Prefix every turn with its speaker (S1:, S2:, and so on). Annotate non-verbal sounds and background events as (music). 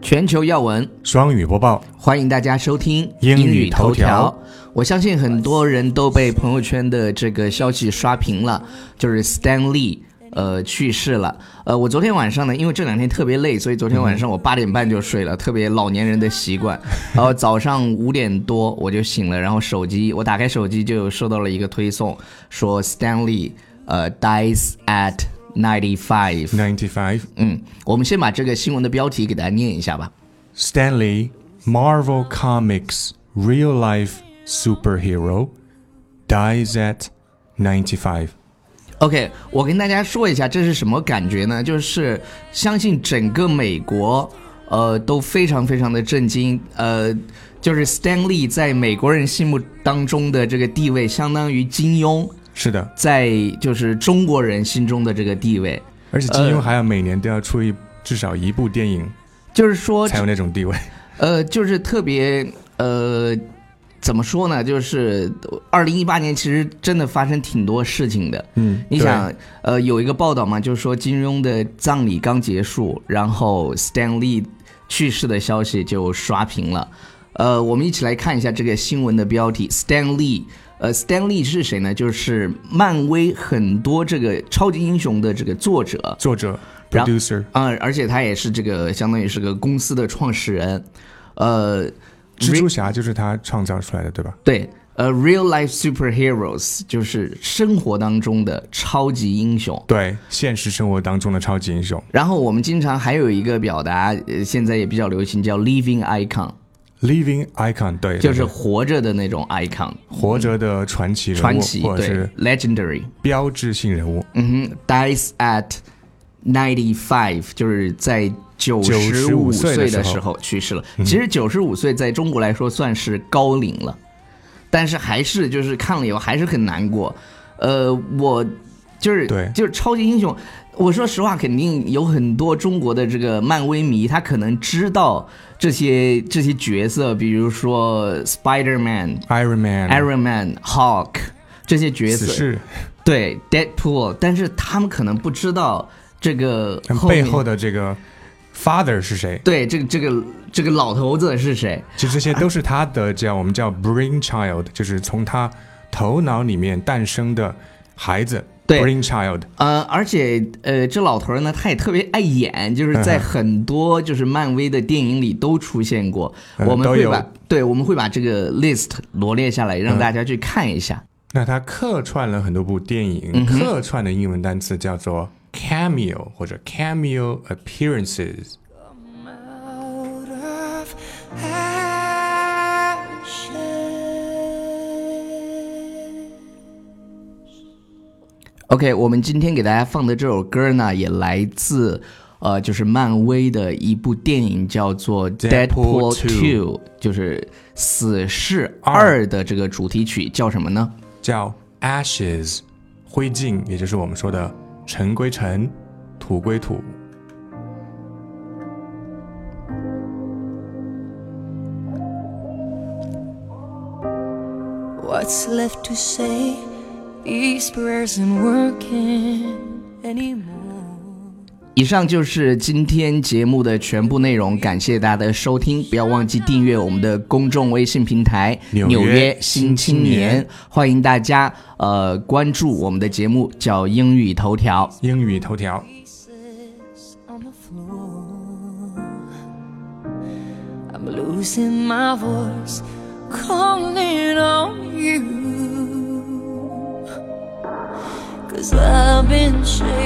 S1: 全球要闻，
S2: 双语播报，
S1: 欢迎大家收听
S2: 英语头条
S1: 我相信很多人都被朋友圈的这个消息刷屏了，就是 Stan Lee。呃，去世了。呃，我昨天晚上呢，因为这两天特别累，所以昨天晚
S2: 嗯
S1: 上我八点半就睡了，特别老年人的习
S2: (laughs)
S1: 惯。然后早上五点多我就醒了，然后手机我打开手机就收到了一个推送，说 Stan Lee 呃 dies at ninety five。
S2: ninety five.
S1: 嗯，我们先把这个新闻的标题给大家念一下吧。
S2: Stanley, Marvel Comics real life superhero, dies at ninety five.
S1: OK，我跟大家说一下这是什么感觉呢？就是相信整个美国，呃，都非常非常的震惊，呃，就是 Stan Lee 在美国人心目当中的这个地位，相当于金庸
S2: 是的，
S1: 在就是中国人心中的这个地位，
S2: 而且金庸
S1: 呃
S2: 还要每年都要出一至少一部电影
S1: 就是说
S2: 才有那种地位。
S1: 呃，就是特别呃，怎么说呢？就是二零一八年其实真的发生挺多事情的。
S2: 嗯
S1: 你想，呃，有一个报道嘛，就是说金庸的葬礼刚结束，然后 Stan Lee 去世的消息就刷屏了。呃，我们一起来看一下这个新闻的标题：Stan Lee。呃，Stan Lee 是谁呢？就是漫威很多这个超级英雄的这个作者。
S2: 作者
S1: 然
S2: producer
S1: 啊、而且他也是这个相当于是个公司的创始人，呃，
S2: 蜘
S1: re-
S2: 蛛侠就是他创造出来的，对吧？
S1: 对，呃，real life superheroes 就是生活当中的超级英雄。
S2: 对，现实生活当中的超级英雄
S1: 然后我们经常还有一个表达，呃，现在也比较流行，叫 living icon，
S2: ，living icon，对，
S1: 就是
S2: 对
S1: 活着的那种 icon，
S2: 活着的传奇人物，
S1: 传奇，
S2: 或者
S1: 对
S2: 是
S1: ，legendary。
S2: 标志性人物。
S1: 嗯哼，dies at ninety five，就是在九十五岁
S2: 岁
S1: 的
S2: 的时
S1: 时候嗯去世了。其实九十五岁在中国来说算是高龄了，但是还是就是看了以后还是很难过。呃，我就是
S2: 对
S1: 就是超级英雄，我说实话，肯定有很多中国的这个漫威迷，他可能知道这些这些角色，比如说 Spider Man、
S2: Iron Man、
S1: Iron Man、Hulk 这些角
S2: 死
S1: 色。
S2: 侍，
S1: 对 Deadpool，但是他们可能不知道这个
S2: 他们
S1: 后
S2: 嗯背
S1: 面
S2: 后的这个 father 是谁？
S1: 对这个这个这个老头子是谁？
S2: 其实这些都是他的叫我们叫 brain child，就是从他头脑里面诞生的孩子。
S1: 对
S2: brain child，
S1: 呃，而且呃，这老头儿呢，他也特别爱演，就是在
S2: 嗯哼
S1: 很多就是漫威的电影里都出现过。
S2: 嗯
S1: 我们
S2: 都
S1: 会
S2: 有
S1: 把对我们会把这个 list 罗列下来，让
S2: 嗯
S1: 大家去看一下。
S2: 那他客串了很多部电影，
S1: 嗯哼
S2: 客串的英文单词叫做 cameo 或者 cameo appearances。
S3: Come out of ashes.
S1: OK，我们今天给大家放的这首歌呢，也来自呃，就是漫威的一部电影，叫做《Deadpool
S2: Deadpool
S1: Two》，就是《死侍二
S2: 二》
S1: 的这个主题曲，叫什么呢？
S2: 叫 ashes，灰烬，也就是我们说的尘归尘，土归土。
S3: What's left to say? These prayers aren't working anymore.
S1: 以上就是今天节目的全部内容，感谢大家的收听，不要忘记订阅我们的公众微信平台《
S2: 纽约
S1: 纽约新青
S2: 新青
S1: 年
S2: 年》，
S1: 欢迎大家呃关注我们的节目，叫英语头条。
S2: 英语头条，
S3: pieces on the floor. I'm losing my voice, calling on you. Cause I've been shaking.